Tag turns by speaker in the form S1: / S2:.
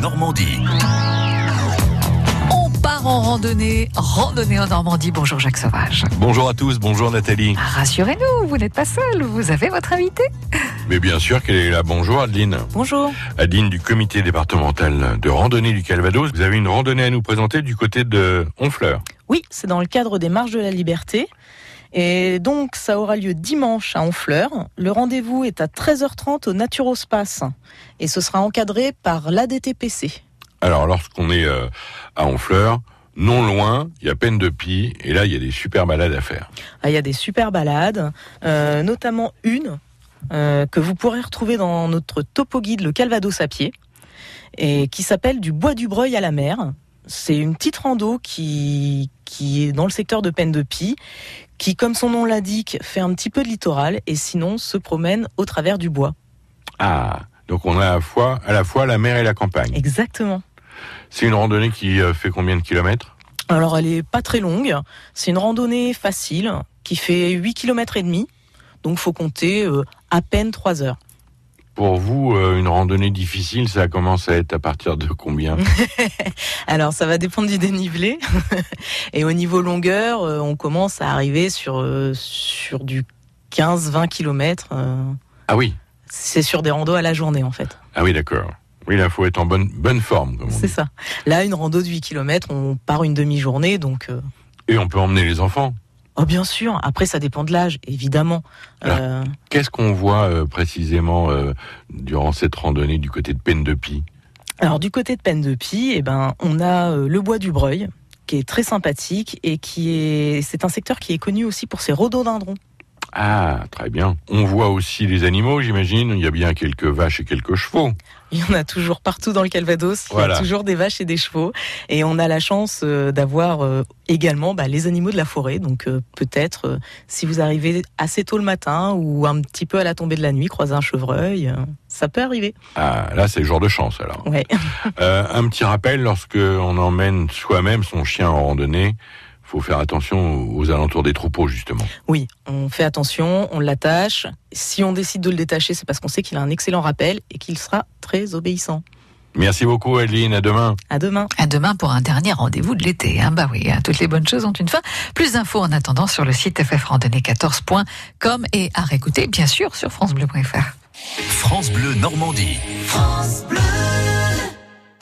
S1: Normandie.
S2: On part en randonnée, randonnée en Normandie. Bonjour Jacques Sauvage.
S3: Bonjour à tous, bonjour Nathalie.
S2: Ah. Rassurez-nous, vous n'êtes pas seul, vous avez votre invité.
S3: Mais bien sûr qu'elle est là. Bonjour Adeline.
S4: Bonjour.
S3: Adeline du comité départemental de randonnée du Calvados. Vous avez une randonnée à nous présenter du côté de Honfleur.
S4: Oui, c'est dans le cadre des Marches de la Liberté. Et donc, ça aura lieu dimanche à Honfleur. Le rendez-vous est à 13h30 au Naturospace. Et ce sera encadré par l'ADTPC.
S3: Alors lorsqu'on est euh, à Honfleur, non loin, il y a peine de pie, et là il y a des super balades à faire.
S4: Ah, Il y a des super balades, euh, notamment une euh, que vous pourrez retrouver dans notre topo guide Le Calvados à pied, et qui s'appelle Du bois du Breuil à la mer. C'est une petite rando qui, qui est dans le secteur de Peine de Pie, qui, comme son nom l'indique, fait un petit peu de littoral et sinon se promène au travers du bois.
S3: Ah, donc on a à la fois, à la, fois la mer et la campagne.
S4: Exactement.
S3: C'est une randonnée qui euh, fait combien de kilomètres
S4: Alors elle est pas très longue, c'est une randonnée facile qui fait 8 km et demi. Donc faut compter euh, à peine 3 heures.
S3: Pour vous, euh, une randonnée difficile, ça commence à être à partir de combien
S4: Alors ça va dépendre du dénivelé et au niveau longueur, euh, on commence à arriver sur euh, sur du 15-20 km.
S3: Ah oui,
S4: euh. c'est sur des randos à la journée en fait.
S3: ah oui, d'accord. Oui, là, faut être en bonne, bonne forme. Comme on
S4: C'est
S3: dit.
S4: ça. Là une rando de 8 km, on part une demi-journée donc euh,
S3: Et on peut emmener les enfants.
S4: Oh bien sûr, après ça dépend de l'âge, évidemment.
S3: Alors,
S4: Euh,
S3: Qu'est-ce qu'on voit euh, précisément euh, durant cette randonnée du côté de Peine de Pie
S4: Alors du côté de Peine de Pie, eh ben, on a euh, le bois du Breuil qui est très sympathique et qui est c'est un secteur qui est connu aussi pour ses rhododendrons.
S3: Ah, très bien. On voit aussi les animaux, j'imagine. Il y a bien quelques vaches et quelques chevaux.
S4: Il y en a toujours partout dans le Calvados, il y
S3: Voilà.
S4: a toujours des vaches et des chevaux et on a la chance euh, d'avoir euh, également bah, les animaux de la forêt donc euh, peut-être euh, si vous arrivez assez tôt le matin ou un petit peu à la tombée de la nuit croiser un chevreuil, euh, ça peut arriver.
S3: Ah, là, c'est le jour de chance, alors.
S4: Ouais.
S3: Euh, un petit rappel, lorsque on emmène soi-même son chien en randonnée, faut faire attention aux alentours des troupeaux, justement.
S4: Oui, on fait attention, on l'attache. Si on décide de le détacher, c'est parce qu'on sait qu'il a un excellent rappel et qu'il sera très obéissant.
S3: Merci beaucoup, Adeline. À demain.
S4: À demain.
S2: À demain pour un dernier rendez-vous de l'été. Hein. Bah oui, hein, toutes les bonnes choses ont une fin. Plus d'infos en attendant sur le site ffrandonnée14.com et à réécouter bien sûr sur francebleu.fr.
S1: France Bleu Normandie.
S5: France Bleu.